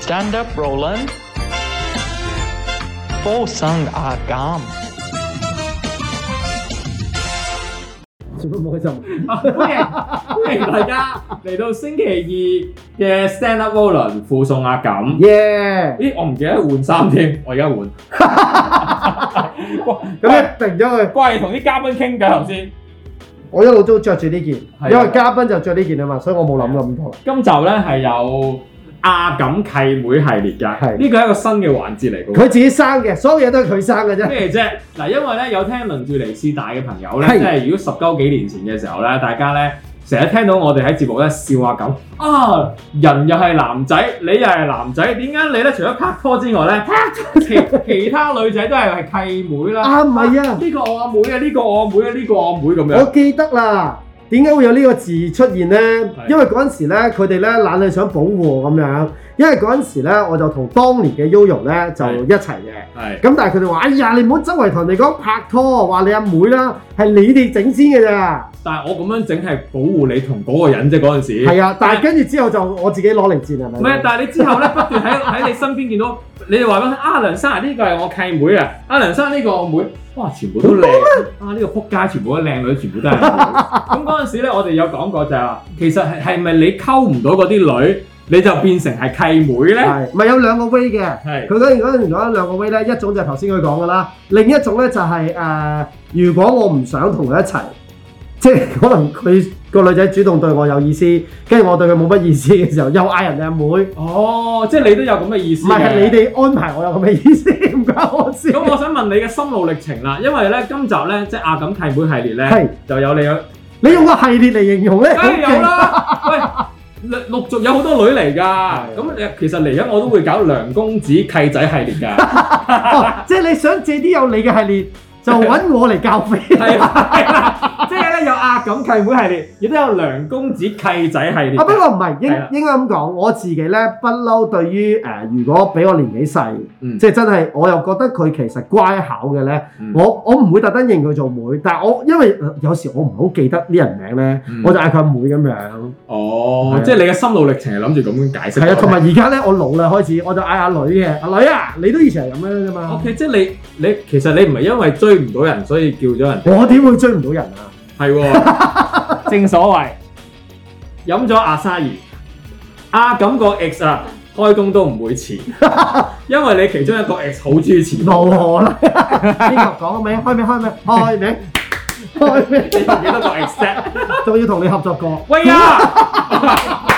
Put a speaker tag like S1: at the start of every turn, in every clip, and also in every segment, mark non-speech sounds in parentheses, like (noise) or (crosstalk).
S1: Stand up, Roland。附送阿減。
S2: 做乜唔開心？
S3: 啊歡迎歡迎大家嚟到星期二嘅 Stand Up Roland 附送阿錦。
S2: 耶！
S3: 咦，我唔記得換衫添，我而家換。
S2: 咁
S3: 喂
S2: 你定咗佢，
S3: 怪同啲嘉賓傾偈頭先。
S2: 我一路都着住呢件，
S3: 啊
S2: 因為嘉賓就着呢件啊嘛，所以我冇諗咁多。
S3: 今集咧係有阿錦契妹系列
S2: 係
S3: 㗎，呢個係一個新嘅環節嚟
S2: 佢
S3: 㗎。
S2: 自己生嘅，所有嘢都係佢生嘅啫。
S3: 咩啫？嗱，因為咧有聽輪住嚟師大嘅朋友咧，
S2: 係
S3: 即係如果十鳩幾年前嘅時候咧，大家咧成日聽到我哋喺節目咧笑阿錦啊，人又係男仔，你又係男仔，點解你咧除咗拍拖之外咧，其其他女仔都係係契妹啦？
S2: 啊，唔係啊，
S3: 呢個我阿妹啊，呢個我阿妹啊，呢個我阿妹咁
S2: 我
S3: 樣。
S2: 記得啦。點解會有呢個字出現呢？
S3: 啊
S2: 因為嗰陣時咧，佢哋咧懶係想保護我咁樣，因為嗰陣時咧，我就同當年嘅 Yoyo 咧就
S3: 係
S2: 一齊嘅。
S3: 係
S2: 咁但係佢哋話：哎呀，你唔好周圍同人哋講拍拖，話你阿妹啦，係你哋整先嘅咋。
S3: 但係我咁樣整係保護你同嗰個人啫，嗰陣時。
S2: 係啊，但係跟住之後就我自己攞嚟戰係啊咪？
S3: 唔係，但係你之後咧不斷
S2: (laughs)
S3: 喺喺你身邊見到，你哋話俾我聽啊，梁生啊，呢個係我契妹啊，啊梁生呢個我妹，哇，全
S2: (laughs)
S3: 部都靚啊！呢個撲街全部都靚女，全部都係
S2: (laughs)
S3: 我妹。咁嗰陣時咧，我哋有講過就係話，其實係係咪你溝唔到嗰啲女，你就變成係契妹咧？
S2: 係咪有兩個 way 嘅？
S3: 係
S2: 佢嗰陣嗰陣講兩個 way 咧，一種就係頭先佢講嘅啦，另一種咧就係、呃如果我唔想同佢一齊， (laughs) 即係可能佢個女仔主動對我有意思，跟住我對佢冇乜意思嘅時候，又嗌人哋阿妹，唔
S3: 哦，即係你都有咁嘅意思嘅
S2: 係係你哋安排我有咁嘅意思，唔關我事。
S3: 咁我想問你嘅心路歷程啦，因為咧今集咧即係阿錦契妹系列咧，
S2: 係
S3: 就有你有。
S2: 你用個系列嚟形容咧，
S3: 梗
S2: 好
S3: 係有
S2: 勁
S3: 啦！啊喂，陸陸續有好多女嚟㗎，咁你其實嚟緊我都會搞梁公子契仔系列㗎，
S2: 哦！即係你想借啲有你嘅系列，就揾我嚟教飛。
S3: (laughs) 係啊啦係啦，即係咧有阿錦契妹系列，亦都有梁公子契仔系列
S2: 啊，不
S3: 㗎。
S2: 過唔係，應
S3: 係啦
S2: 應該咁講，我自己咧不嬲對於誒、呃如果比我年紀細，
S3: 嗯
S2: 即係真係我又覺得佢其實乖巧嘅咧，
S3: 嗯
S2: 我我唔會特登認佢做妹，但係我因為呃有時我唔係好記得啲人名咧，
S3: 嗯
S2: 我就嗌佢阿妹咁樣。係
S3: 哦
S2: 啊，
S3: 即係你嘅心路歷程係諗住咁樣解釋㗎。
S2: 係啊，同埋而家咧我老啦開始，我就嗌阿女嘅，阿女啊，你都以前係咁樣啫嘛。
S3: OK，即哦係你你其實你唔係因為追唔到人所以叫咗人，
S2: 我點會追唔到人啊？
S3: 係喎， (laughs) 正所謂飲咗阿沙兒，阿錦個 X 啊，開工都唔會 (laughs) 遲，因為你其中一個 X 好中意遲到。
S2: 冇可能。 (laughs) 呢個講名開名開名開
S3: (laughs)
S2: 名開名，
S3: 你仲記得個 exact？
S2: 仲要同你合作過。
S3: (laughs) 喂啊！ (laughs)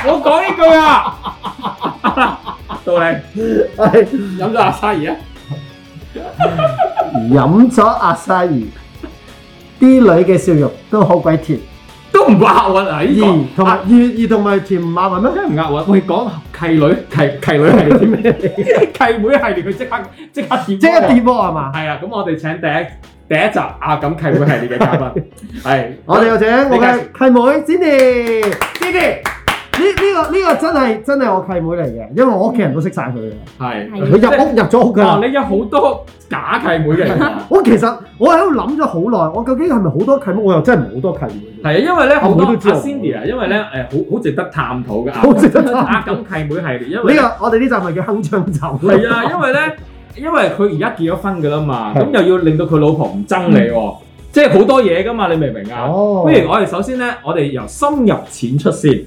S3: 我講呢句 (laughs) 啊！到你
S2: 係
S3: 飲咗阿沙兒啊！
S2: 飲咗阿沙兒，啲女嘅笑肉都好鬼甜，
S3: 都唔話核啊！呢個
S2: 二同埋二二同埋甜唔麻麻咩？
S3: 真係唔押啊韻。喂，講契女契契女 (laughs) 系列咩？契妹系列佢即刻即刻
S2: (laughs)
S3: 點？
S2: 即係一跌波係嘛？
S3: 係啊！咁我哋請第一第一集阿錦契妹系列嘅嘉
S2: (laughs)
S3: 賓係
S2: 我哋有請我
S3: 你介
S2: 嘅
S3: 紹
S2: 契妹 Cindy，
S3: 呢啲
S2: 呢呢個呢個真係真係我契妹嚟嘅，因為我屋企人都識晒佢嘅，
S3: 係
S4: 嗯
S2: 佢入屋入咗屋㗎啊
S3: 哇！
S2: 啦。
S3: 哦你有好多假契妹嚟㗎。
S2: 我其實我喺度諗咗好耐，我究竟係咪好多契妹？我又真係冇好多契妹，
S3: 係啊，因為咧
S2: 我
S3: 好多
S2: 妹
S3: 阿
S2: 都知道嗯
S3: Cindy 啊，因為咧誒好好值得探討嘅啊
S2: 好值得探討
S3: 啊咁契妹系列，因為
S2: 呢個我哋呢集咪叫鏗鏘集。
S3: 係啊，因為咧，因為佢而家結咗婚㗎啦嘛，
S2: 係嗯
S3: 咁又要令到佢老婆唔憎你喎，即係好多嘢㗎嘛，你明唔明啊？
S2: 哦
S3: 不，如我哋首先咧，我哋由深入淺出先。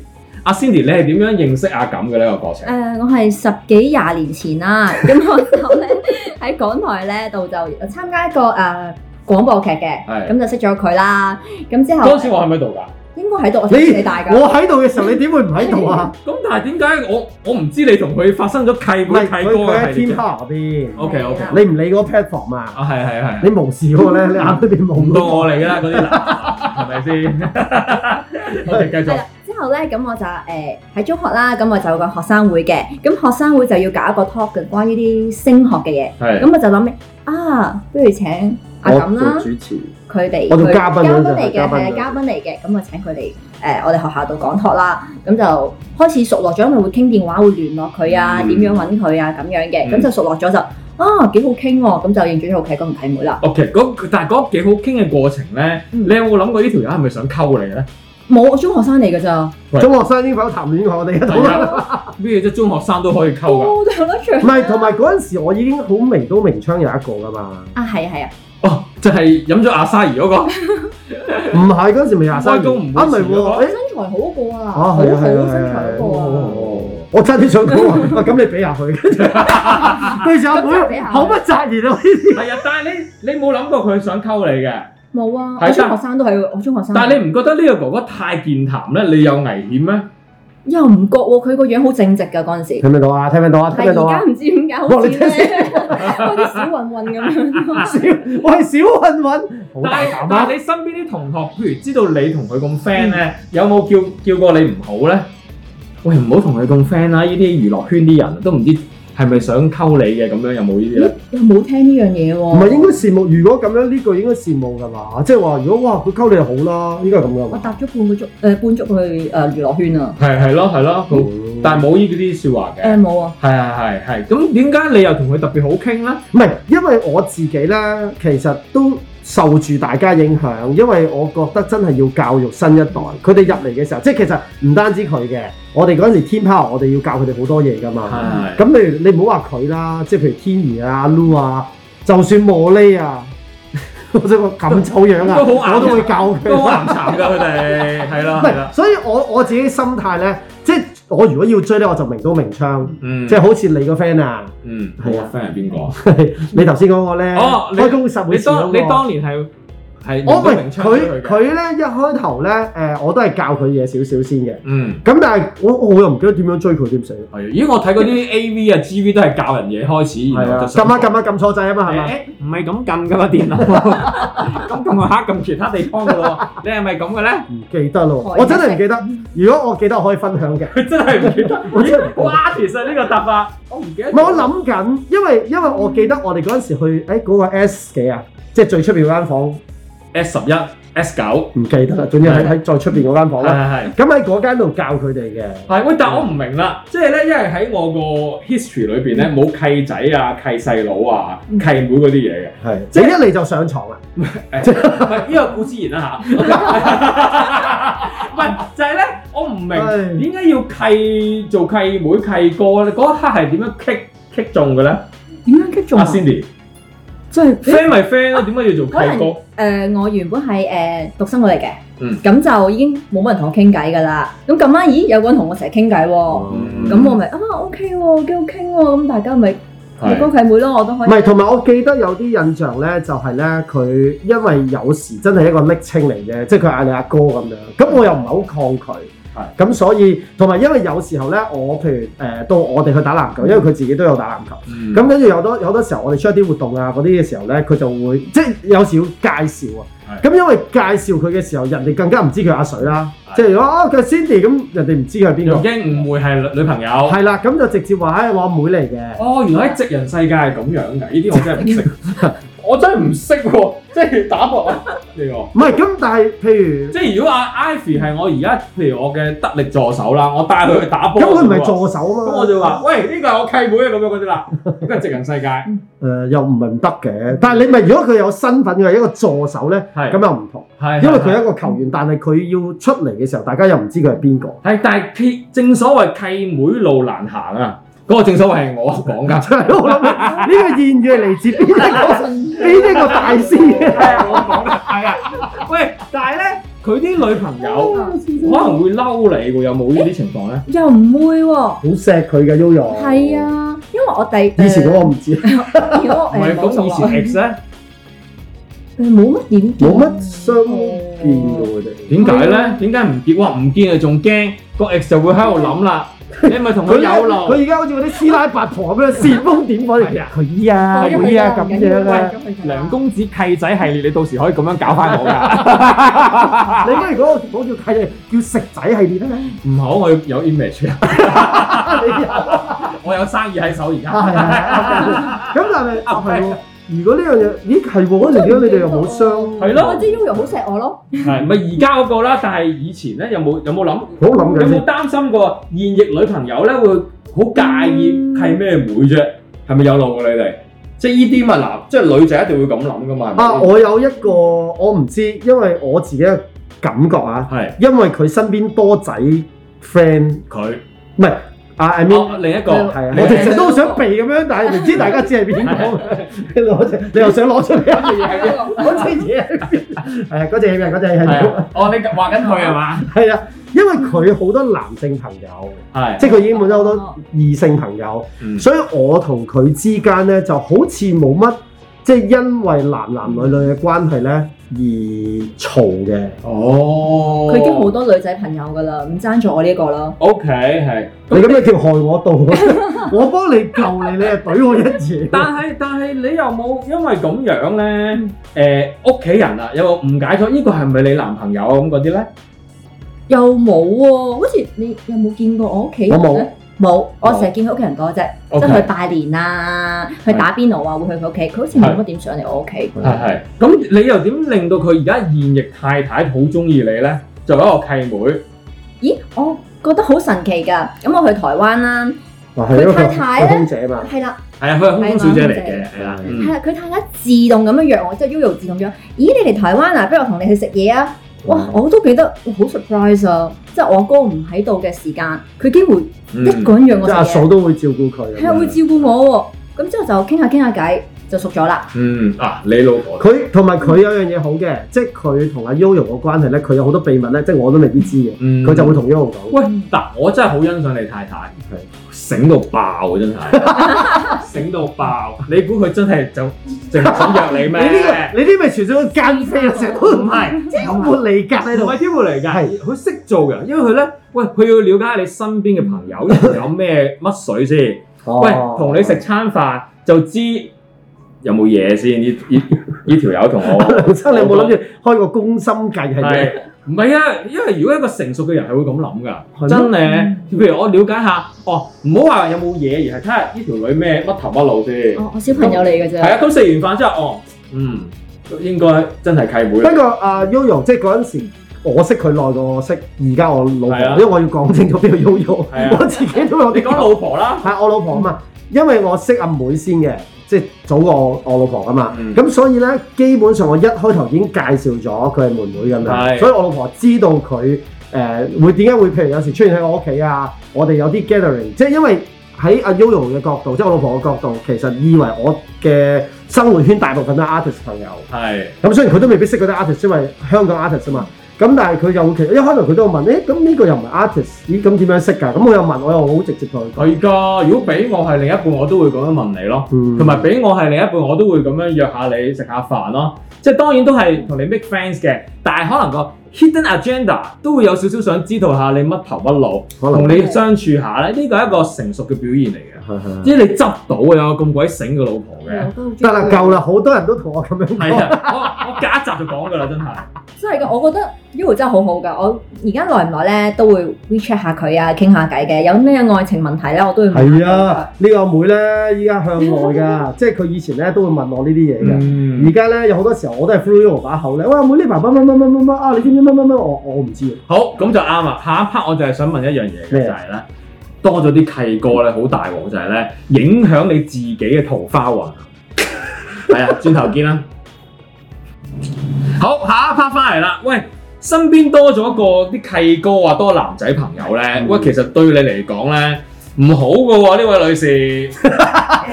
S3: 阿 Cindy，你係點樣認識阿錦嘅呢個過
S4: 誒、
S3: 程？
S4: 呃我係十幾廿年前啦，咁我就咧喺港台咧度就參加一個誒、呃、廣播劇嘅，
S3: 係
S4: 咁就識咗佢啦。咁之
S3: 嗰
S4: 後
S3: 陣時我喺咪度㗎？
S4: 應該喺度，我識
S2: (laughs)
S4: 你
S2: 哦你
S4: 大㗎。
S2: 我喺度嘅時候，你點會唔喺度啊？
S3: 咁但係點解我我唔知你同佢發生咗契
S2: 唔
S3: 妹
S2: 係佢
S3: 契哥
S2: 佢喺
S3: 嘅系列
S2: 天
S3: 嘅？
S2: 下入邊。
S3: OK OK，
S2: 你唔理嗰個 platform 啊，
S3: 啊係係係。
S2: 你無視我咧，你眼裏邊冇
S3: 唔到我嚟㗎啦，嗰啲男係咪
S2: (laughs)
S3: 先？我哋繼
S4: 係
S3: 續
S4: 啦，之後咧咁我就誒呃喺、中學啦，咁我就有個學生會嘅，咁學生會就要搞一個 talk 嘅關於啲升學嘅嘢，
S3: 係
S4: 咁我就諗起啊，不如請阿
S2: 啊
S4: 錦啦，
S2: 主持，
S4: 佢哋
S2: 我做嘉賓
S4: 佢
S2: 嗰陣
S4: 嘉
S2: 嘉
S4: 賓嚟嘅，
S2: 賓嚟
S4: 係啊嘉賓嚟嘅，咁我請佢嚟誒我哋學校度講 talk 啦，咁就開始熟落咗，因為會傾電話，會聯絡佢啊，
S3: 嗯
S4: 點樣揾佢啊咁樣嘅，
S3: 嗯
S4: 咁就熟落咗就啊幾好傾喎，咁就認咗做契哥同契妹啦。
S3: OK，嗰但係嗰幾好傾嘅過程咧，
S4: 嗯
S2: (laughs)
S3: 你有冇諗過呢條友係咪想溝你咧？
S4: 冇中學生嚟㗎咋，
S3: 喂
S2: 中學生應否談戀愛？我哋嘅討論。
S3: 咩啫？中學生都可以溝
S2: (laughs)
S3: 㗎。
S4: 個哦都有得着。
S2: 唔係，同埋嗰陣時我已經好明刀明槍有一個噶嘛。
S4: 啊，係啊係啊，
S3: 哦，就係飲咗阿沙怡嗰個。
S2: 唔係嗰陣時咪廿三
S3: 開工唔
S2: 年，
S3: 會
S2: 啊唔係
S3: 遲嗰個
S2: 喎，誒
S4: 身材好嗰個啊，
S2: 啊
S4: 好好
S2: 係啊係啊
S4: 身材嗰個啊。
S3: 哦，
S2: 我差啲想講話， (laughs) 喂咁你俾下佢，跟 (laughs) 住對住阿
S4: 咁就俾
S2: 妹
S4: 下佢
S2: 口不擇言啊！呢啲
S3: 係啊，但係你你冇諗過佢想溝你嘅，
S2: 嗯
S4: 冇啊，
S3: 係
S4: 我
S3: 真
S4: 中學生都係，我中學生。
S3: 但係你唔覺得呢個哥哥太健談咧？你有危險咩？
S4: 你又唔覺喎，佢個樣好正直㗎嗰陣時，
S2: 聽唔聽到啊？聽唔聽 (laughs) 到啊？聽唔聽
S4: 但係
S2: 到
S4: 而家
S2: 啊？
S4: 唔知點解好似咧 (laughs) 好似小混混咁樣。
S2: 小，我係小混混，好
S3: 但係
S2: 大膽
S3: 但
S2: 啊！
S3: 係你身邊啲同學，譬如知道你同佢咁 friend
S2: 嗯
S3: 咧，有冇叫叫過你唔好咧？喂，唔好同佢咁 friend 啦！呢啲娛樂圈啲人都唔知係咪想溝你嘅，咁樣有冇呢啲咧？
S4: 又冇聽呢樣嘢
S2: 唔係
S4: 喎，
S2: 應該羨慕，如果咁樣呢句應該羨慕㗎嘛？即係話如果哇佢溝你就好啦，應該係咁㗎
S4: 我
S2: 嘛？
S4: 搭咗半個鐘，誒、半足去誒、呃、娛樂圈啊，
S3: 係係咯係咯，咁
S2: 嗯
S3: 但係冇呢啲説話
S4: 誒、
S3: 嘅。
S4: 冇啊，
S3: 係係係係，咁點解你又同佢特別好傾咧？
S2: 唔係，因為我自己咧，其實都受住大家影響，因為我覺得真係要教育新一代。佢哋入嚟嘅時候，即係其實唔單止佢嘅，我哋嗰陣時天 p 我哋要教佢哋好多嘢噶嘛。
S3: 係
S2: 咁譬如你唔好話佢啦，即係譬如天兒啊、Lu 啊，就算莫莉啊，或者個咁醜樣啊，
S3: 都好眼
S2: 我都會教佢。
S3: 都好難慘㗎，
S2: (laughs)
S3: 佢哋係啦
S2: 唔
S3: 係啦
S2: 係，，所以我我自己心態咧，即係我如果要追咧，我就明刀明槍，
S3: 嗯
S2: 即係好似你個 friend 啊，
S3: 嗯，我
S2: 係啊
S3: friend 係邊個啊？
S2: (laughs) 你頭先講個咧，
S3: 哦你
S2: 開工十會
S3: 你
S2: 前嗰
S3: 當你
S2: 個。
S3: 當年係係
S2: 我
S3: 唔
S2: 明
S3: 明
S2: 哦佢
S3: 佢
S2: 佢咧一開頭咧，誒、我都係教佢嘢少少先嘅。
S3: 嗯
S2: 咁但係我我又唔記得點樣追佢點死。
S3: 係啊，咦我睇嗰啲 A V 啊 G V 都係教人嘢開始，
S2: 係
S3: 然
S2: 啊，
S3: 後就
S2: 撳下撳下撳錯掣啊嘛，係嘛？
S3: 誒唔係咁撳㗎嘛電腦， (laughs) 咁撳下撳其他地方㗎咯，你係咪咁嘅咧？
S2: 唔記得咯，
S4: 害
S2: 我真係唔
S4: 識
S2: 記得。如果我記得，我可以分享嘅。
S3: 佢真係唔記得，
S2: 我真係唔記得
S3: 哇！其實呢個答法我唔記得
S2: 唔係我諗緊，因為因為我記得我哋嗰陣時去誒嗰、個 S 幾啊，即係最出邊嗰間房，唔
S3: S 十一 S 九，係
S2: 記得啦。總之喺喺再出邊嗰間房啦。
S3: 係係。
S2: 咁喺嗰間度教佢哋嘅。
S3: 係喂，但我唔明啦，嗯即係咧，因為喺我個 history 裏邊咧，冇契仔啊、契細佬啊、契妹嗰啲嘢嘅。
S2: 係，你一嚟就上床啊啦。
S3: 誒唔係呢個古之然 (laughs) 啦嚇，唔係啊就係咧，我唔明
S2: 唉
S3: 點解要契做契妹契哥咧？嗰一刻係點樣 kick kick 中嘅咧？
S4: 點樣擊中
S3: 阿
S4: 啊？
S3: Cindy，friend
S4: 即係誒、
S3: 咪 friend 咯，點解要做契哥？
S4: 呃我原本係誒、呃、獨生女嚟嘅，
S3: 嗯
S4: 咁、就已經冇乜人同我傾偈㗎啦。咁咁啱，咦有個人同我成日傾偈喎，
S3: 嗯
S4: 咁我咪啊 OK 喎，幾好傾喎，咁大家咪係高契妹咯，我都可
S2: 唔
S4: 以。
S2: 係，同埋我記得有啲印象咧，就係咧佢因為有時真係一個昵稱嚟嘅，即係佢嗌你阿哥咁樣，咁我又唔係好抗拒。
S3: 係
S2: 咁所以同埋因為有時候咧，我譬如誒、呃到我哋去打籃球，因為佢自己都有打籃球。
S3: 咁
S2: 咁跟住有
S3: 嗯
S2: 多有多時候，我哋出一啲活動啊嗰啲嘅時候咧，佢就會即係有時要介紹啊。
S3: 係
S2: 咁因為介紹佢嘅時候，人哋更加唔知佢阿水啦。
S3: 係
S2: 即係如果哦佢係 Cindy 咁，人哋唔知佢係邊
S3: 又
S2: 個。
S3: 驚誤會係女女朋友。
S2: 係啦，咁就直接話哎唉，我阿妹嚟嘅。
S3: 哦，原來喺直人世界係咁樣㗎，呢啲我真係唔
S2: (laughs)
S3: 識，我真係唔識喎，即係打破啊呢個。
S2: 唔係咁，但係譬如。
S3: 即係如果阿 Ivy 係我而家，譬如我嘅得力助手啦，我帶佢去打波，
S2: 咁佢唔係
S3: 助，
S2: 助手啊
S3: 咁
S2: 嘛，
S3: 我就話：哦喂，呢個係我契妹啊，咁樣嗰啲啦，呢個係直人世界，
S2: 誒、又唔係唔得嘅，但係你咪如果佢有身份嘅一個助手咧，
S3: 係
S2: 咁又唔同，
S3: 係
S2: 因為佢係一個球員，但係佢要出嚟嘅時候，大家又唔知佢係邊
S3: (laughs)
S2: 個，
S3: 係，但係契正所謂契妹路難行啊，嗰個正所謂係我講㗎，
S2: 真係我諗呢個諺語係嚟自邊一個邊一個大師嘅？
S3: (laughs) 係我講㗎，係啊，嗯喂，但係咧，佢啲女朋友可能會嬲你喎，有冇呢啲情況咧？
S4: 又唔會喎。
S2: 好錫佢嘅 Yoyo，
S4: 係，啊，因為我第
S2: 以前嗰個我唔知，
S4: 呃如果
S3: 唔係咁以前 ex 咧，
S4: 前冇乜點見
S2: 冇乜相見嘅喎，佢哋
S3: 點解咧？點解唔結？哇，唔見啊，仲驚個 ex 就會喺度諗啦，你係咪同
S2: 佢
S3: 佢有
S2: 有
S3: 路
S2: 佢。而家好似嗰啲師奶八婆咁樣煽風點
S3: (laughs)
S2: 火，
S3: 係啊
S2: 佢啊
S4: 係啊
S2: 佢啊咁樣啊，
S3: 梁公子契仔系列，你到時可以咁樣搞翻我㗎。
S2: 你而家如果我叫契叫食仔系列咧，
S3: 唔好，我有 image，
S2: 你啊
S3: (laughs) 我有生意喺
S2: (laughs)
S3: 手而
S2: 啊係
S3: 家。
S2: 啊係啊，咁但係啊
S3: 啊
S2: 係喎，如果呢樣嘢，咦係喎，嗰陣時你哋又冇傷，
S3: 係
S4: 我
S3: 咯
S4: 知 Yoyo 好錫我咯，
S3: 係唔係而家嗰個啦？但係以前咧有冇有冇諗？
S2: 好諗緊
S3: 有冇
S2: 先。
S3: 擔心過現役女朋友咧會好介意
S2: 嗯
S3: 係咩妹啫？係咪有路㗎你哋？即係呢啲
S2: 啊
S3: 咪嗱，即係女仔一定會咁諗㗎嘛？係咪
S2: 啊，我有一個我唔知，因為我自己嘅感覺啊，
S3: 係
S2: 因為佢身邊多仔 friend，
S3: 佢。
S2: 唔係啊，I mean。
S3: 哦，另一個
S2: 係啊，我
S3: 另一個
S2: 哋成日都好想避咁樣，但係唔知大家知係邊個。你攞出，你又想攞出嚟啊？嗰隻嘢喺邊？係啊，嗰隻嘢係嗰隻嘢喺
S3: 係
S2: 度。
S3: 啊哦，你畫緊佢係嘛？
S2: 係啊，因為佢好多男性朋友，
S3: 係，
S2: 即係佢已經滿咗好多異性朋友，
S3: 嗯
S2: 所以我同佢之間咧就好似冇乜，即係因為男男女女嘅關係咧而嘈嘅。
S3: 哦，
S4: 佢已經好多女仔朋友㗎啦，唔爭咗我呢個啦。
S3: OK 係，
S2: 你咁樣叫害我到， (laughs) 我幫你救你，你係懟我一嘢。
S3: 但係但係你又冇因為咁樣咧，誒屋企人啊有冇誤解咗呢個係咪你男朋友啊咁嗰啲咧？
S4: 又冇喎，好似你有冇見過我屋企人
S2: 我冇
S4: 咧？冇，我成日見佢屋企人多啫，即
S3: OK
S4: 係去拜年啊，去打邊爐啊，會去佢屋企。佢好似冇乜點上嚟我屋企。
S3: 係係，咁你又點令到佢而家現役太太好中意你咧？作為一個契妹，
S4: 咦，我覺得好神奇㗎。咁我去台灣啦，
S2: 啊係因為
S4: 佢太太
S2: 佢
S4: 呢
S2: 空姐嘛，
S4: 係啦，
S3: 係啊，佢係空中小姐嚟嘅，係啦，
S4: 係
S3: 嗯
S4: 啦，佢太太自動咁樣約我，即係 Yoyo 自動約。咦，你嚟台灣啊？不如我同你去食嘢啊！
S3: 嗯
S4: 哇，我都記得哇好 surprise 啊！即係我哥唔喺度嘅時間，佢幾乎
S3: 嗯
S4: 一個人約我
S2: 即係
S4: 食
S2: 阿
S4: 嘢。
S2: 嫂都啊會照顧佢。
S4: 係啊會照顧我喎。咁之後就傾下傾下偈，就熟咗啦。
S3: 嗯啊，你老婆
S2: 佢同埋佢有樣嘢好嘅，即係佢同阿 Yoyo 嘅關係咧，佢有好多秘密咧，即係我都未必知嘅，
S3: 嗯
S2: 佢就會同 Yoyo 講。
S3: 喂，嗱，我真係好欣賞你太太，
S2: 係
S3: 醒到爆啊！真係 (laughs) 醒到爆，你估佢真係就淨係想約你
S2: (laughs) 你
S3: 咩？
S2: 呢個你呢咪全咗奸妃啊！成日都
S3: 唔係，
S2: 挑撥離間喺
S3: 唔
S2: 度。
S3: 係挑撥嚟㗎，
S2: 係
S3: 佢識做㗎，因為佢咧，喂，佢要了解下你身邊嘅朋友有咩 (laughs) 乜水先，
S2: 哦
S3: 喂，同你 (laughs) 食餐飯就知有冇嘢先，呢呢呢條友同我
S2: 梁生，你有冇諗住開個攻心計 (laughs) 係咩？
S3: 係。唔係啊，因為如果一個成熟嘅人係會咁諗
S2: 係
S3: 㗎，
S2: 咯嗯
S3: 真嘅。譬如我了解下，哦，唔好話有冇嘢，而係睇下呢條女咩乜頭乜路
S2: 嗯
S3: 先。
S2: 哦
S4: 哦我我小朋友嚟嘅啫。
S3: 係啊，咁食完飯之後，哦，嗯，應該真係契妹啦
S2: 不。過阿 Yoyo 即係嗰陣時，我識佢耐過我識而家我老婆，
S3: 係啊
S2: 因為我要講清楚邊個 Yoyo，
S3: 係啊
S2: 我自己都有
S3: 你
S2: 啲
S3: 講老婆啦，
S2: 係我老婆啊嘛，
S3: 嗯
S2: 因為我識阿妹先嘅，即係早過我我老婆啊嘛。
S3: 嗯
S2: 咁、所以咧，基本上我一開頭已經介紹咗佢係妹妹咁
S3: 係
S2: 樣，所以我老婆知道佢誒、呃、會點解會譬如有時出現喺我屋企啊，我哋有啲 gathering，即係因為喺阿 Yoyo 嘅角度，即係我老婆嘅角度，其實以為我嘅生活圈大部分都係 artist 朋友。
S3: 係
S2: 咁雖然佢都未必識嗰啲 artist，因為香港 artist 啊嘛。咁但係佢就會其實一開頭佢都有問，誒咁呢個又唔係 artist，咦咁點樣識㗎？咁我又問，我又好直接同佢講。
S3: 係㗎。如果俾我係另一半，我都會咁樣問你咯。
S2: 同
S3: 嗯同埋俾我係另一半，我都會咁樣約下你食下飯咯。即係當然都係同你 make friends 嘅，但係可能個 hidden agenda 都會有少少想知道下你乜頭乜路，
S2: 可能
S3: 同你相處下咧，呢個係一個成熟嘅表現嚟嘅。
S2: 係係
S3: 即係你執到啊！有個咁鬼醒嘅老婆嘅，
S2: 得啦，夠啦，好多人都同我咁樣
S3: 係
S2: 講。
S3: 啊！我我隔一集就講㗎啦，真係。
S4: 真係㗎，我覺得 Yoyo 真係好好㗎。我而家耐唔耐咧都會 WeChat 下佢啊，傾下偈嘅。有咩愛情問題咧，我都會問
S2: 係
S4: 下佢㗎。
S2: 啊，呢個妹咧依家向外 (laughs) 㗎，即係佢以前咧都會問我呢啲嘢嘅。
S3: 嗯
S2: 而，家咧有好多時候我都係 through 我把口咧，哇妹你爸爸乜乜乜乜乜啊，你知唔知乜乜乜？我我唔知嘅。
S3: 好，咁就啱啦。下一 part 我就係想問一樣嘢嘅，
S2: 咩
S3: 就係咧多咗啲契哥咧，好大鑊就係咧影響你自己嘅桃花運。係啊，轉頭見啦。好，下一 part 翻嚟啦。喂，身邊多咗個啲契哥啊，多男仔朋友咧，喂，其實對你嚟講咧唔好嘅喎，呢位女士。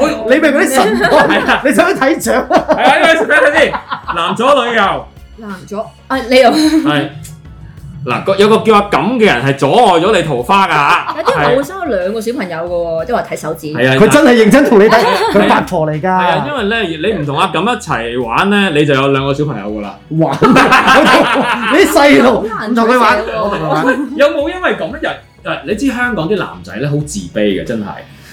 S3: 喂
S2: 你咪嗰啲神 (laughs)
S3: 係啊
S2: 婆，你想去睇相？
S3: 係啊，呢位睇睇先，男左女右。
S4: 男咗啊，你又有
S3: 係嗱，個有個叫阿錦嘅人係阻礙咗你桃花㗎嚇，
S4: 啲人話會生咗兩個小朋友㗎喎，即係話睇手指。
S3: 係啊，
S2: 佢真係認真同 (laughs) 你睇，
S3: 係啊
S2: 佢八婆嚟
S3: 係啊，
S2: 㗎
S3: 因。為咧你唔同阿錦一齊玩咧，你就有兩個小朋友 (laughs) 㗎啦。
S2: 玩，你細路
S4: 好難
S2: 唔同佢玩，
S4: 取捨喎
S2: 唔同佢玩。
S3: 有冇因為咁一日？誒，你知香港啲男仔咧好自卑嘅，真係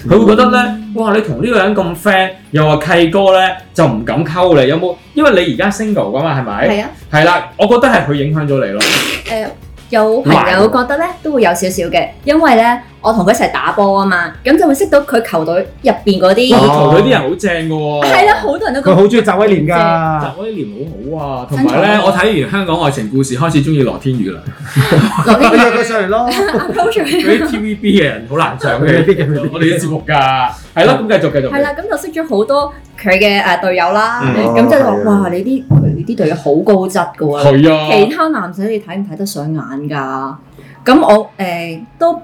S3: 佢會覺得咧，哇！你同呢個人咁 friend，又話契哥咧，就唔敢溝你。有冇？因為你而家 single 㗎嘛，係咪？
S4: 係啊，
S3: 係啦，我覺得係佢影響咗你咯。
S4: 誒。有朋友覺得咧都會有少少嘅，因為咧我同佢一齊打波啊嘛，咁就會識到佢球隊入邊嗰啲
S3: 我
S2: 哇
S3: 球隊啲人好正㗎喎。啊
S4: 係啦，好多人都
S2: 佢 (laughs)
S4: 咁
S2: 好中意習威廉 (laughs) 㗎，
S3: 我啲年好好啊，同
S4: 身材
S3: 埋咧，我睇完香港愛情故事開始中意羅天宇啦。 (laughs)
S4: 落
S2: 你
S4: 啲
S2: 約 (laughs) 佢上嚟咯。
S4: approach 佢
S3: 嗰啲 TVB 嘅人好難上
S2: 未
S3: (laughs) 嘅，
S2: 必嘅未必嘅
S3: 我哋啲節目㗎。係咯，咁繼續繼續。
S4: 係啦，咁就識咗好多佢嘅誒隊友啦，
S3: 嗯
S4: 咁就話
S2: 哦係啊
S4: 哇你啲你魚啲對嘢好高質噶喎。
S3: 係啊，
S4: 其他男仔你睇唔睇得上眼㗎？咁我誒、呃都不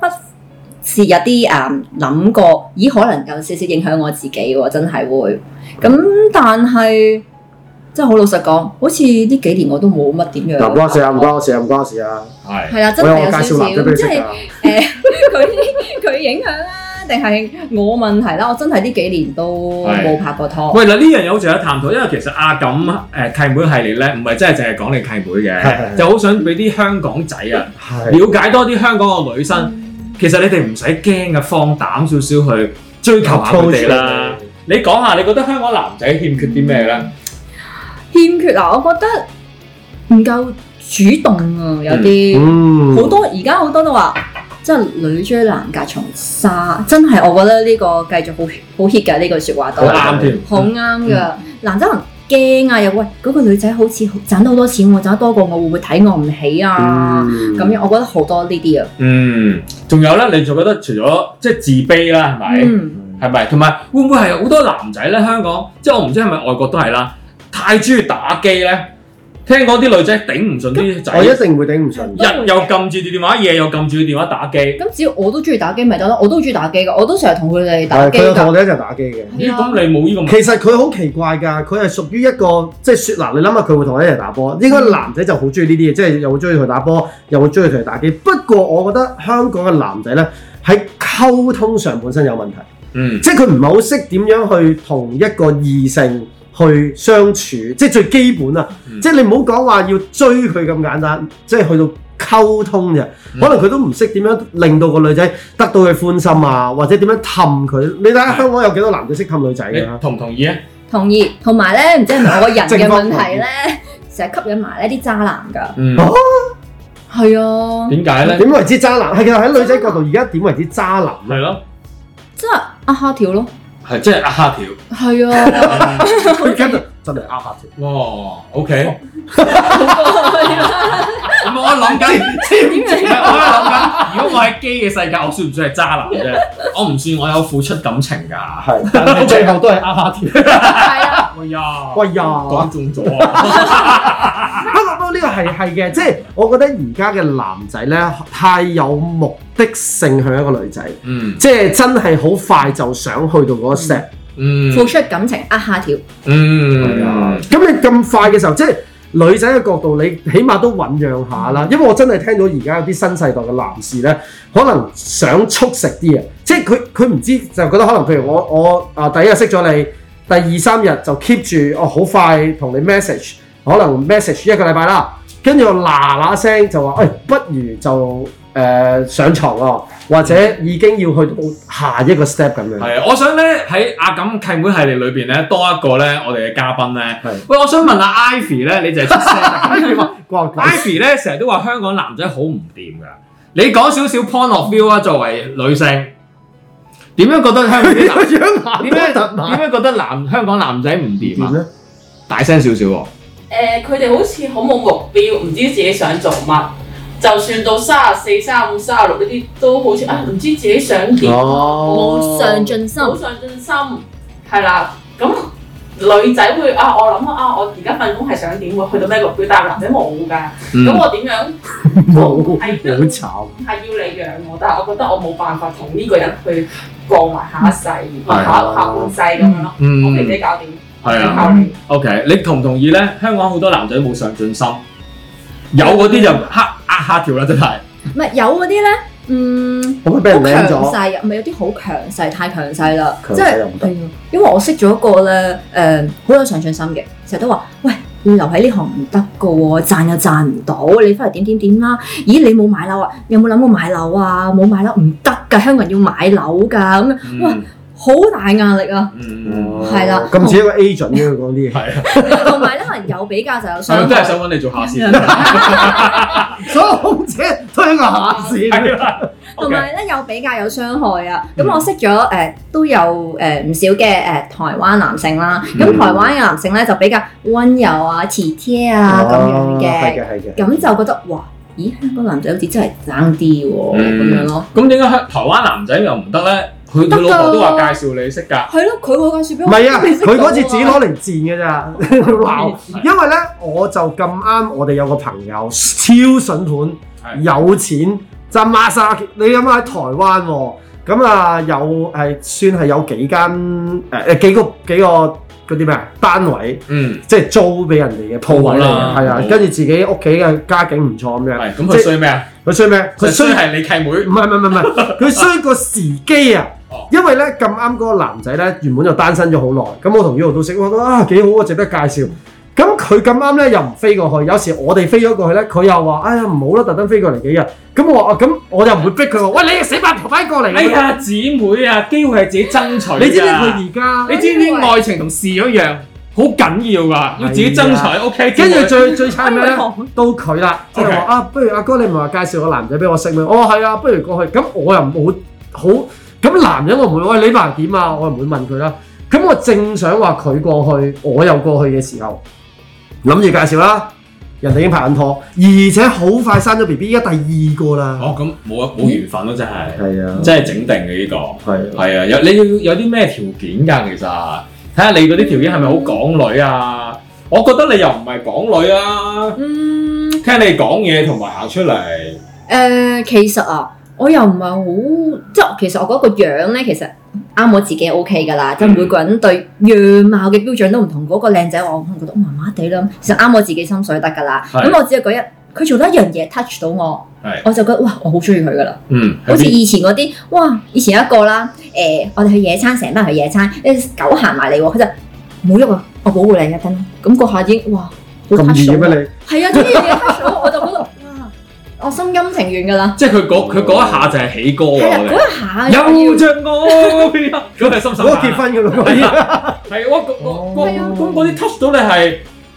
S4: 是有啲誒諗過，咦可能有少少影響我自己喎，真係會。咁但係真係好老實講，好似呢幾年我都冇乜點樣。
S2: 嗱，唔關我事啊，唔關我事啊，唔關我事啊。
S3: 係
S4: 係啦，真
S2: 我有
S4: 係
S2: 我
S4: 有
S2: 介
S4: 少
S2: 紹
S4: 少，
S2: 男仔俾你
S4: 即
S2: 識
S4: 係
S2: 㗎。
S4: 佢佢 (laughs) 影響啊，定係我問題啦？我真係呢幾年都
S3: 係
S4: 冇拍過拖。
S3: 喂嗱，呢樣嘢好值得探討，因為其實阿錦誒契妹系列咧，唔係真係淨係講你契妹
S2: 係係係
S3: 嘅，就好想俾啲香港仔啊，
S2: 係
S3: 了解多啲香港嘅女
S4: 嗯
S3: 生。其實你哋唔使驚嘅，放膽少少去追求下佢哋啦。你講下，你覺得香港男仔欠缺啲咩咧？
S4: 欠缺嗱，我覺得唔夠主動啊，有啲
S2: 嗯，
S4: 好、多而家好多都話，即係女追男隔重紗，真係我覺得呢個繼續好好 hit 㗎呢句説話都
S3: 好
S2: 啊
S3: 啱添，
S4: 嗯好啱㗎。
S2: 嗯
S4: 男仔可能驚啊，又喂嗰、個女仔好似賺得好多錢喎，賺得多過我，會唔會睇我唔起啊？
S2: 嗯
S4: 咁、樣我覺得好多呢啲啊，
S3: 嗯，仲有咧，你仲覺得除咗即係自卑啦，係咪？
S4: 嗯。
S3: 係咪？同埋會唔會係好多男仔咧？香港即係我唔知係咪外國都係啦，太中意打機咧。聽講啲女仔頂唔順啲仔，
S2: 我一定會頂唔順。
S3: 日又撳住電話，夜又撳住電話打機。
S4: 咁只要我都中意打機咪得咯，我都中意打機噶，我都成日同佢哋打
S2: 係
S4: 機
S2: 佢有同
S4: 㗎。啊
S2: 我哋一齊打機嘅。
S3: 咦？咁你冇呢個問
S2: 其實佢好奇怪㗎，佢係屬於一個即係雪嗱，你諗下佢會同我一齊打波，應
S4: 嗯
S2: 該男仔就好中意呢啲嘢，即係又會中意佢打波，又會中意佢打機。不過我覺得香港嘅男仔咧喺溝通上本身有問題，
S3: 嗯
S2: 即係佢唔係好識點樣去同一個異性去相處，即係最基本啊！
S3: 嗯
S2: 即係你唔好講話要追佢咁簡單，即係去到。溝通嘅，
S3: 嗯
S2: 可能佢都唔識點樣令到個女仔得到佢歡心啊，或者點樣氹佢。你睇下香港有幾多男仔識氹女仔㗎？
S3: 你同唔同意啊？
S4: 同意，同埋咧，唔知係咪我個人嘅
S2: 正方
S4: 問題咧，成日吸引埋呢啲渣男㗎。
S3: 嗯，
S4: 係啊，
S3: 點解咧？
S2: 點為之渣男？係其實喺女仔角度，而家點為之渣男咧？
S3: 係咯，
S4: 即係呃蝦條咯。
S3: 係即係呃蝦條。
S4: 係啊，
S2: (laughs) 佢真係真係啱下條，
S3: 哇，OK。咁我諗緊，
S4: 點解
S3: 我喺諗緊，如果我喺機嘅世界，我算唔算係渣男啫？我唔算，我有付出感情㗎。
S2: 係，但係最後都係啱下條。
S4: 係啊？
S3: 哎呀，
S2: 喂呀，
S3: 講中咗啊！
S2: 不過不過呢個係係嘅，即係我覺得而家嘅男仔咧太有目的性向一個女仔，
S3: 嗯
S2: 即係真係好快就想去到嗰個 step。
S3: 嗯
S4: 付出感情呃蝦條，
S3: 嗯，
S2: 咁你咁快嘅時候，即係女仔嘅角度，你起碼都醖釀下啦。因為我真係聽到而家有啲新世代嘅男士咧，可能想速食啲啊，即係佢佢唔知就覺得可能譬如我我啊第一日識咗你，第二三日就 keep 住哦好快同你 message，可能 message 一個禮拜啦，跟住我嗱嗱聲就話，誒、哎不如就誒、呃上床咯，或者已經要去到下一個 step 咁 (laughs) 樣。
S3: 係啊，我想咧喺阿錦契妹系列裏邊咧多一個咧，我哋嘅嘉賓咧
S2: 係。
S3: 喂，我想問下 Ivy 咧，你就係 (laughs) 出聲㗎。
S2: 關我鬼事
S3: Ivy 咧成日都話香港男仔好唔掂㗎。你講少少 point of view 啊，作為女性，點樣覺得香港 (laughs) 啲男？
S2: 樣行
S3: 點樣
S2: 都得埋
S3: 點樣覺得男香港男仔唔掂
S2: 點
S3: 啊？
S2: 咧？
S3: 大聲少少喎。
S5: 誒，呃佢哋好似好冇目標，唔知自己想做乜。就算到三十四、三十五、三十六呢啲，都好似啊，唔知自己想點，
S2: 哦
S4: 冇上 (laughs) 進心。
S5: 冇上進心，係啦。咁女仔會啊，我諗啊，我而家份工係想點喎？去到咩目標？但係男仔冇㗎。咁、
S3: 嗯
S5: 我點樣
S3: (laughs)
S2: 冇，
S5: 係啊
S2: 好慘。
S5: 係要你養我？但係我覺得我冇辦法同呢個人去過埋下一世、
S3: 係
S5: 下下半世咁樣咯。我自
S3: 嗯，
S5: 己搞掂，
S3: 係啊
S5: 靠你。
S3: OK，你同唔同意咧？香港好多男仔冇上進心，有嗰啲就黑呃黑條啦，真係。
S4: 唔係有嗰啲咧，嗯，
S2: 可唔可以俾
S4: 好
S2: 人
S4: 強
S2: 領咗？
S4: 勢啊，唔係有啲好強勢，太強勢啦，
S2: 強勢
S4: 即係
S2: 又唔得
S4: 係啊因為我識咗一個咧，誒、好有上進心嘅，成日都話喂。你留喺呢行唔得噶喎，賺又賺唔到，你翻嚟點點點啦？咦，你冇買樓啊？有冇諗過買樓啊？冇買樓唔得㗎，香港人要買樓㗎，咁樣哇
S3: 嗯
S4: 好大壓力
S2: (laughs)
S4: 啊！
S3: 嗯，
S4: 係啦
S2: 咁似一個 agent 嘅講啲嘢，
S3: 係啊，
S4: 同埋咧，可能有比較就有
S3: 係
S4: 傷
S3: 咪啊真係
S4: 害。
S3: 想揾你做下線？
S2: 所有空姐都係一個下線。
S3: 係啊
S4: 同
S3: (laughs) OK，
S4: 埋咧有比較有傷害啊！咁
S3: 嗯
S4: 我識咗誒、呃都有誒唔、少嘅誒、呃台灣男性啦，咁、
S3: 嗯
S4: 台灣嘅男性咧就比較温柔啊、體貼啊咁樣
S2: 哦係
S4: 嘅，
S2: 嘅係嘅。
S4: 咁就覺得哇，咦香港男仔好似真係爭啲喎
S3: 嗯
S4: 咁樣咯，
S3: 咁點解香台灣男仔又唔得咧？佢佢老婆都
S4: 得
S3: 話
S4: 㗎
S3: 介紹你識㗎，
S4: 係咯，佢嗰介紹俾
S2: 唔
S4: 我，
S2: 係啊，
S4: 我未識
S2: 佢嗰次
S4: 到啊
S2: 只攞嚟賤嘅咋， (laughs) 鬧。因為咧，我就咁啱，我哋有個朋友超筍盤，
S3: 係
S2: 有錢就孖沙，你諗下喺台灣喎，咁啊有係算係有幾間誒誒幾個幾個嗰啲咩啊單位，
S3: 嗯，
S2: 即係租俾人哋嘅鋪位嚟
S3: 好啦
S2: 嘅，係啊
S3: 好，
S2: 跟住自己屋企嘅家境唔錯咁樣，
S3: 係咁
S2: 即
S3: 佢
S2: 係
S3: 衰咩啊？
S2: 佢衰咩？
S3: 佢
S2: 佢
S3: 衰
S2: 衰
S3: 係你契妹
S2: 唔係唔係唔係唔
S3: (laughs)
S2: 係，佢衰個時機啊
S3: 哦！
S2: 因為咧咁啱嗰個男仔咧原本就單身咗好耐，咁我同 U 都識，我覺得啊幾好啊，值得介紹。咁佢咁啱咧又唔飛過去，有時我哋飛咗過去咧，佢又話：哎呀唔好啦，特登飛過嚟幾日。咁我話：啊咁我又唔會逼佢話，喂你死八頭快過嚟！
S3: 哎呀，姊妹啊，機會係自己爭取㗎
S2: 你知唔知佢而家？
S3: 你知啊唔知愛情同事業一樣好緊要㗎，要自己爭取。O K，
S2: 跟住最最慘係咩咧
S4: 哎呀？
S2: 到佢啦，即係話
S3: OK
S2: 啊，不如阿哥你唔係話介紹個男仔俾我識咩？我話係啊，不如過去。咁我又冇好咁男人我唔會喂你埋點啊，我唔會問佢啦。咁我正想話佢過去，我又過去嘅時候，諗住介紹啦。人哋已經拍緊拖，而且好快生咗 B B，而家第二個啦。
S3: 哦咁冇冇緣分咯，真係
S2: 係啊，
S3: 真係整定嘅呢個
S2: 係啊，
S3: 係啊，有你要有啲咩條件㗎？其實睇下你嗰啲條件係咪好港女啊？我覺得你又唔係港女啊，
S4: 嗯誒、
S3: 聽你講嘢同埋行出嚟。
S4: 其實啊，我又唔係好，即係其實我覺得個樣咧，其實啱我自己 O K 㗎啦，即係每個人對樣貌嘅標準都唔同。嗰、個靚仔我可能覺得麻麻地啦，其實啱我自己心水得㗎啦。
S3: 係
S4: 咁我只係嗰一佢做得一樣嘢 touch 到我
S3: 係，
S4: 我就覺得哇，我好中意佢㗎啦。
S3: 嗯，
S4: 好似以前嗰啲，哇！以前有一個啦，誒、我哋去野餐，成班人去野餐，誒狗行埋嚟喎，佢就冇喐啊，我保護你一等，咁嗰下已經哇，好
S2: 咁易
S4: touch
S2: 嘅
S4: 到我，
S2: 咩
S4: 係啊，終於有嘢 touch 到我，我就覺得哇， (laughs) 我心甘情願㗎啦，
S3: 即係佢嗰佢嗰一下就係起歌
S4: 係
S3: 啊！
S4: 啦，
S3: 我哋
S4: 嗰一下
S3: 有着我，咁係心
S2: 你？
S3: 心啊
S2: 我結婚㗎啦，
S3: (laughs) 係我我我
S4: 係啊
S3: 咁嗰啲 touch 到你係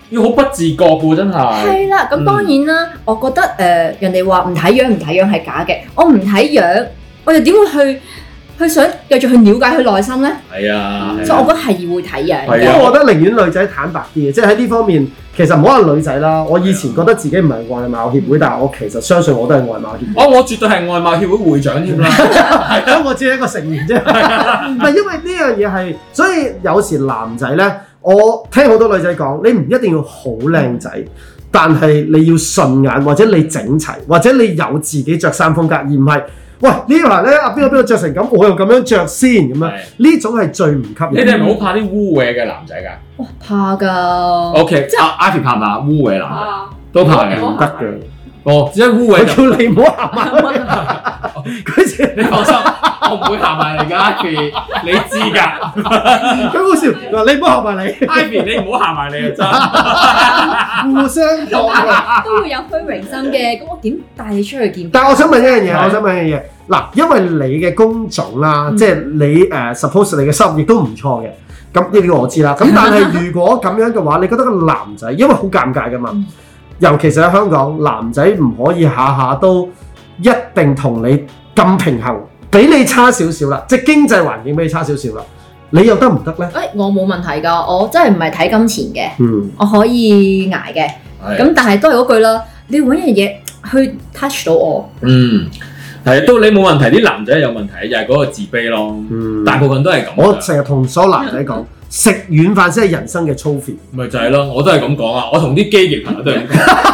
S3: 要好不自覺嘅喎，真係。
S4: 係啊啦，咁當然啦，我覺得誒、呃人哋話唔睇樣唔睇樣係假嘅，我唔睇樣，我又點會去去想繼續去了解佢內心咧？
S3: 係啊，
S4: 所以我覺得係會睇樣
S3: 係
S2: 因
S4: 嘅
S3: 啊
S2: 為。我覺得寧願女仔坦白啲嘅，即係喺呢方面，其實唔好話女仔啦。我以前覺得自己唔係外貌協會，但係我其實相信我都係外貌協會。
S3: 哦，我絕對係外貌協會會長添啦。
S2: 係啊，我只係一個啊成員啫。 (laughs) 唔係因為呢樣嘢係，所以有時男仔咧，我聽好多女仔講，你唔一定要好靚仔，但係你要順眼，或者你整齊，或者你有自己着衫風格，而唔係喂呢排咧阿邊個邊個着成咁，我又咁樣着先咁樣。
S3: 係
S2: 呢種係最唔吸
S3: 你
S2: 引。
S3: 哋係咪好怕啲污穢嘅男仔㗎
S4: 哇，怕㗎。
S3: ？OK，即係阿 Ivy 怕唔怕污穢男仔？
S5: 啊，
S3: 都怕嘅。
S2: 唔得嘅？
S3: 哦，只係污穢
S2: 佢
S3: 就
S2: 叫你唔好行埋去，佢成
S3: (laughs) 你放心，我唔會行埋嚟㗎，Ivy，你知 (laughs) 㗎。
S2: 佢好笑嗱，你唔好行埋
S3: (laughs)
S2: 嚟，
S3: Ivy，你唔好行埋嚟啊！
S2: 互相當啊
S4: 都會有虛榮心嘅，咁我點帶你出去見？
S2: 但係我想問一樣
S3: 係
S2: 嘢，我想問一樣嘢。嗱，因為你嘅工種啦，
S4: 嗯
S2: 即係你誒、呃 suppose 你嘅收入亦都唔錯嘅。咁呢啲我知啦。咁但係如果咁樣嘅話，你覺得個男仔，因為好尷尬噶嘛，
S4: 嗯
S2: 尤其是喺香港，男仔唔可以下下都一定同你咁平衡，比你差少少啦，即係經濟環境比你差少少啦，你又得唔得咧？
S4: 真係，誒、哎我冇問題㗎，我真係唔係睇金錢嘅，
S2: 嗯，
S4: 我可以捱嘅。
S3: 真係啊
S4: 咁但係都係嗰句啦，你要揾樣嘢去 touch 到我。
S3: 嗯，係都你冇問題，啲男仔有問題，又係嗰個自卑咯。
S2: 嗯
S3: 大部分都係咁㗎。
S2: 我成日同所有男仔講，食軟飯先係人生嘅操 fit。
S3: 咪就係咯，我都係咁講啊！我同啲基嘅朋友都係咁講。啊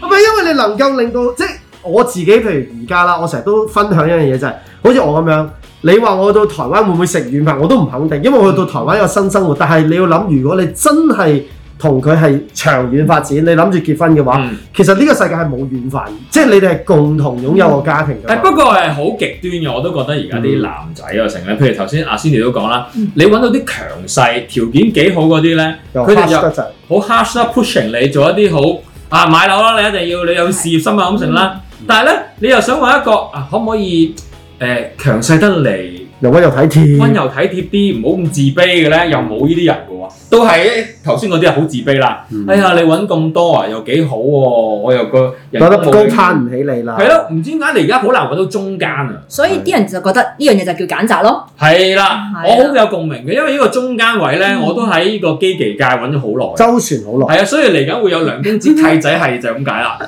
S2: 唔係因為你能夠令到即係我自己，譬如而家啦，我成日都分享一樣嘢就係、好似我咁樣，你話我到台灣會唔會食軟飯，我都唔肯定，因為我去到台灣有新生活，但係你要諗，如果你真係同佢係長遠發展，你諗住結婚嘅話，
S3: 嗯
S2: 其實呢個世界係冇軟飯，即係你哋係共同擁有個家庭㗎
S3: 但
S2: 嘛。
S3: 不過係好極端嘅，我都覺得而家啲男仔啊，成咧，譬如頭先阿 Cindy 都講啦，你揾到啲強勢、條件幾好嗰啲咧，
S2: 又
S3: 佢哋
S2: harsh 得
S3: 就
S2: 滯
S3: 好 harsh 啦，pushing 你做一啲好啊買樓啦，你一定要你有事業心啊咁成啦。但係咧，你又想揾一個啊，可唔可以誒強勢得嚟？
S2: 又温柔體
S3: 温
S2: 貼，
S3: 柔體貼啲，唔好咁自卑嘅咧，又冇呢啲人嘅喎，都係頭先嗰啲係好自卑啦。
S2: 嗯
S3: 哎呀，你揾咁多啊，又幾好喎，我又個人
S2: 覺得
S3: 工
S2: 高啊
S3: 冇你
S2: 攀唔起你啦。
S3: 係咯，唔知點解你而家好難揾到中間啊！
S4: 所以啲人就覺得呢樣嘢就叫揀擇咯。
S3: 係啦，
S4: 係啊
S3: 我好有共鳴嘅，因為呢個中間位咧，
S4: 嗯
S3: 我都喺呢個機技界揾咗好耐。
S2: 周旋好
S3: (laughs)
S2: 耐，
S3: 係啊，所以嚟緊會有梁公子契仔係就係咁解啦。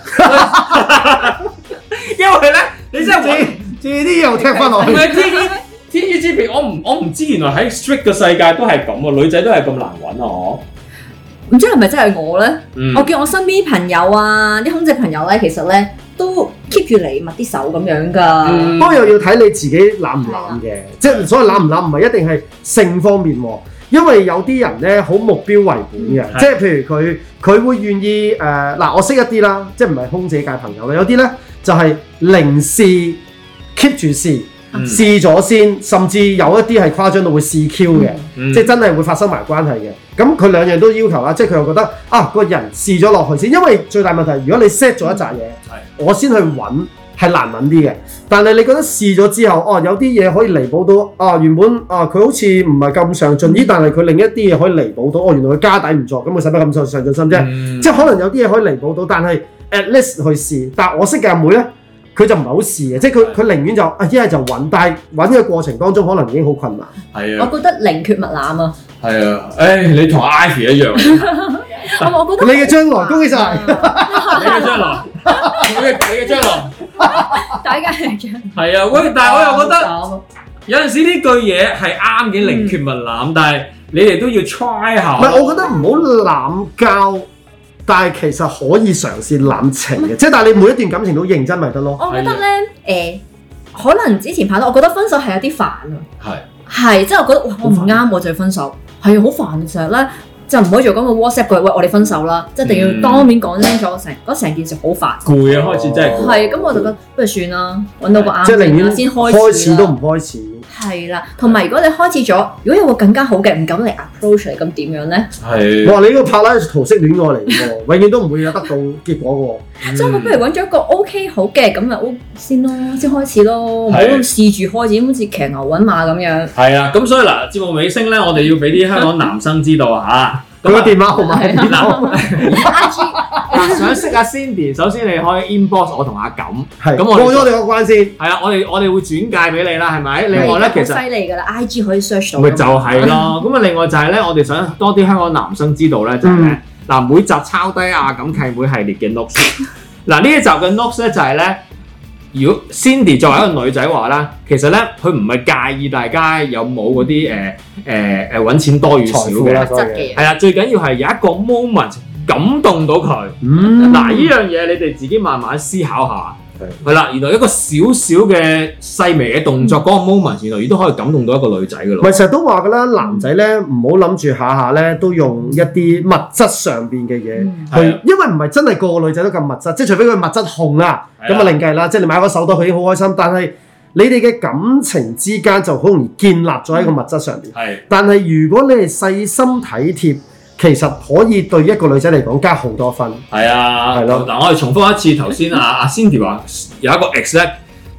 S3: (laughs) 因為咧，你真係
S2: 借借啲又踢翻落
S3: 唔
S2: 去。
S3: 係知我唔知原來喺 strict 嘅世界都係咁啊，女仔都係咁難揾啊！我
S4: 唔知係咪真係我咧？
S3: 嗯
S4: 我見我身邊啲朋友啊，啲空姐朋友咧，其實咧都 keep 住你密啲手咁樣㗎。
S3: 嗯
S2: 不過又要睇你自己攬唔攬嘅，即係所謂攬唔攬唔係一定係性方面喎，因為有啲人咧好目標為本嘅，
S3: 嗯係
S2: 即係譬如佢佢會願意誒呃嗱、我識一啲啦，即係唔係空姐界朋友啦，有啲咧就係、零試 keep 住試。
S3: 嗯
S2: 試咗先，甚至有一啲係誇張到會試 Q 嘅，
S3: 嗯
S2: 即係真係會發生埋關係嘅。咁佢兩樣都要求啦，即係佢又覺得啊個人試咗落去先，因為最大問題係如果你 set 咗一紮嘢
S3: 嗯係，
S2: 我先去揾係難揾啲嘅。但係你覺得試咗之後，哦有啲嘢可以彌補到，啊原本啊佢好似唔係咁上
S3: 嗯
S2: 進啲，但係佢另一啲嘢可以彌補到，哦原來佢家底唔錯，咁佢使乜咁上上進心啫？
S3: 嗯
S2: 即係可能有啲嘢可以彌補到，但係 at least 去試。但係我識嘅阿妹咧，佢就唔係好試嘅，即係佢佢寧願就啊一係就揾，但係揾嘅過程當中可能已經好困
S3: (laughs)
S2: 難。
S3: 係啊
S4: 我覺得寧缺勿濫啊！
S3: 係啊，誒你同 Ivy (laughs) 一樣，啊
S4: 我我覺
S2: 你
S4: 得
S2: 嘅
S4: 啊
S2: 將來啊恭喜晒
S3: 你嘅將來，你嘅你嘅將來
S4: 大家係
S3: (laughs)
S4: 咁。
S3: 係啊，喂！但係我又覺得
S4: 得
S3: 有陣時呢句嘢係啱嘅，寧缺勿濫，但係你哋都要 try 下。
S2: 唔係，我覺得唔好濫交，但係其實可以嘗試濫情嘅，即係但係你每一段感情都認真咪得咯。
S4: 我覺得咧，誒、可能之前拍拖，我覺得分手係有啲煩啊，
S3: 係
S4: 係，即係我覺得哇，我唔啱，我就要分手，係好煩嘅，成日咧就唔可以做咁嘅 WhatsApp 佢，喂，我哋分手啦，即係一
S3: 嗯
S4: 定要當面講清楚成，嗰成件事好煩。
S3: 攰啊，開始真係攰。
S4: 係，咁我就覺得不如算啦，揾到個啱
S2: 即係寧
S4: 先
S2: 願
S4: 啦，先
S2: 開始都
S4: 啦。
S2: 唔開始。
S4: 係啦，同埋如果你開始咗，如果有個更加好嘅唔敢嚟 approach 你，咁點樣咧？
S3: 嗯
S2: 我
S3: 係，
S2: 話你呢個柏拉圖式戀愛嚟嘅喎，永遠都唔會有得到結果
S4: 即係我不如揾咗一個 OK 好嘅，咁咪 O 先咯，先開始咯，唔好
S3: 係
S4: 試住開始，好似騎牛揾馬咁樣。
S3: 係啊，咁所以嗱，節目尾聲咧，我哋要俾啲香港男生知道啊嚇。
S2: 嘅喎。佢個電話號碼係邊個？
S3: 嗱，啊想識阿 Cindy，首先你可以 inbox 我同阿錦，
S2: 係
S3: 咁
S2: 過
S3: 我哋
S2: 咗你個關先。
S3: 係啊，我哋我哋會轉介俾你啦，係咪？另外
S4: 係
S3: 咧，其
S4: 好
S3: 實
S4: 犀利㗎啦，IG 可以 search 到㗎嘛。
S3: 咪就係
S2: 嗯
S3: 咯，咁啊，另外就係咧，我哋想多啲香港男生知道咧，就係
S2: 嗯
S3: 咧，嗱，每集抄低阿錦契妹系列嘅 notes，嗱呢一集嘅 notes 咧就係咧。如果 Cindy 作為一個女仔話咧，其實咧佢唔係介意大家有冇嗰啲呃誒誒誒揾錢多與少
S2: 財富啊
S3: 嘅
S2: 啦，，
S4: 物質嘅嘢。
S3: 係啦，最緊要係有一個 moment 感動到佢。
S2: 嗯，
S3: 嗱，呢樣嘢你哋自己慢慢思考下。係啦，原來一個小小嘅細微嘅動
S2: 嗯
S3: 作，嗰個 moment 原來亦都可以感動到一個女仔嘅
S2: 唔係
S3: 咯。
S2: 成日都話㗎啦，男仔咧唔好諗住下下咧都用一啲物質上邊嘅嘢
S4: 嗯
S3: 係啊
S2: 去，因為唔係真係個個女仔都咁物質，即係除非佢物質控啦，
S3: 係
S2: 咁
S3: 啊
S2: 啊另計啦。即係你買個手袋，佢已經好開心，但係你哋嘅感情之間就好容易建立咗喺個物質上邊。
S3: 係
S2: 但係如果你係細心體貼，其實可以對一個女仔嚟講加好多分。
S3: 係啊，
S2: 係咯
S3: 嗱，我哋重複一次
S2: (laughs)
S3: 頭先啊，阿 Cindy 話有一個 ex 咧，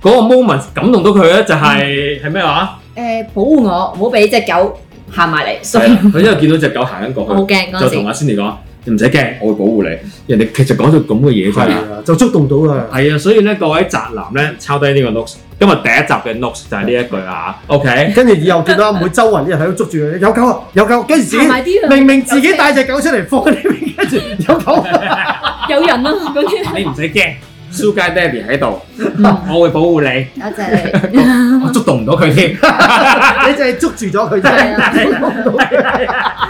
S3: 嗰個 moment 感動到佢咧，就
S2: 嗯
S3: 係係咩話？
S4: 誒保護我，唔好俾只狗行埋嚟，所
S3: 係
S4: 以
S3: 啊佢因為見到只狗行緊
S4: 我好
S3: 過
S4: 驚嗰
S3: 去，就
S4: 陣
S3: 同
S4: 時。
S3: 阿 Cindy 講：你唔使驚，我會保護你。人哋其實講到咁嘅嘢就
S2: 係
S3: 係。
S2: 啊，就觸動到啦。
S3: 係啊，所以咧各位宅男咧抄低呢個 notes，今日第一集嘅 notes 就係呢一句啊，OK？
S2: 跟住以後見到阿妹周圍啲人喺度捉住佢，有狗啊，有狗，跟住自己
S4: 行埋啲啊
S2: 明明自己帶隻狗出嚟放喺呢邊，跟住有
S4: (laughs)
S2: 狗啊。
S4: 有人啊，嗰
S3: (laughs)
S4: 啲。
S3: 你唔使驚，Sugar Daddy 喺度，
S4: 嗯
S3: 我會保護你，
S4: 多謝你。
S3: 我捉動唔到佢添。
S2: 你就係捉住咗佢
S4: 係啊
S2: 啫。
S3: (laughs)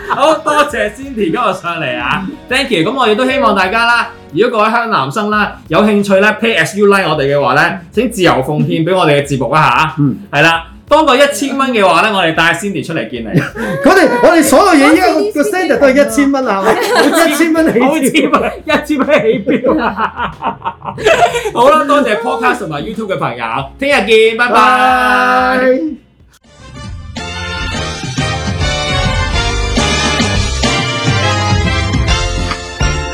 S3: 好多謝 Cindy 今日上嚟啊，thank you。咁我亦都希望大家啦，如果各位香港男生啦有興趣咧 pay as you like 我哋嘅話咧，請自由奉獻俾我哋嘅節目啦
S2: 嗯
S3: 吓，係啦，當過一千蚊嘅話咧，我哋帶 Cindy 出嚟見你。
S2: 我哋
S3: 啊
S2: 我哋所有嘢依家個個 standard 都係一千蚊啊，係咪？一千蚊
S3: 好
S2: 起跳。
S3: 尖啊，一尖起標啊！好啦，多謝 Podcast 同埋 YouTube 嘅朋友，聽日見，拜拜。
S2: 拜。
S1: Ah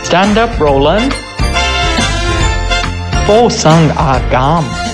S1: Stand up, Roland. Posang agam.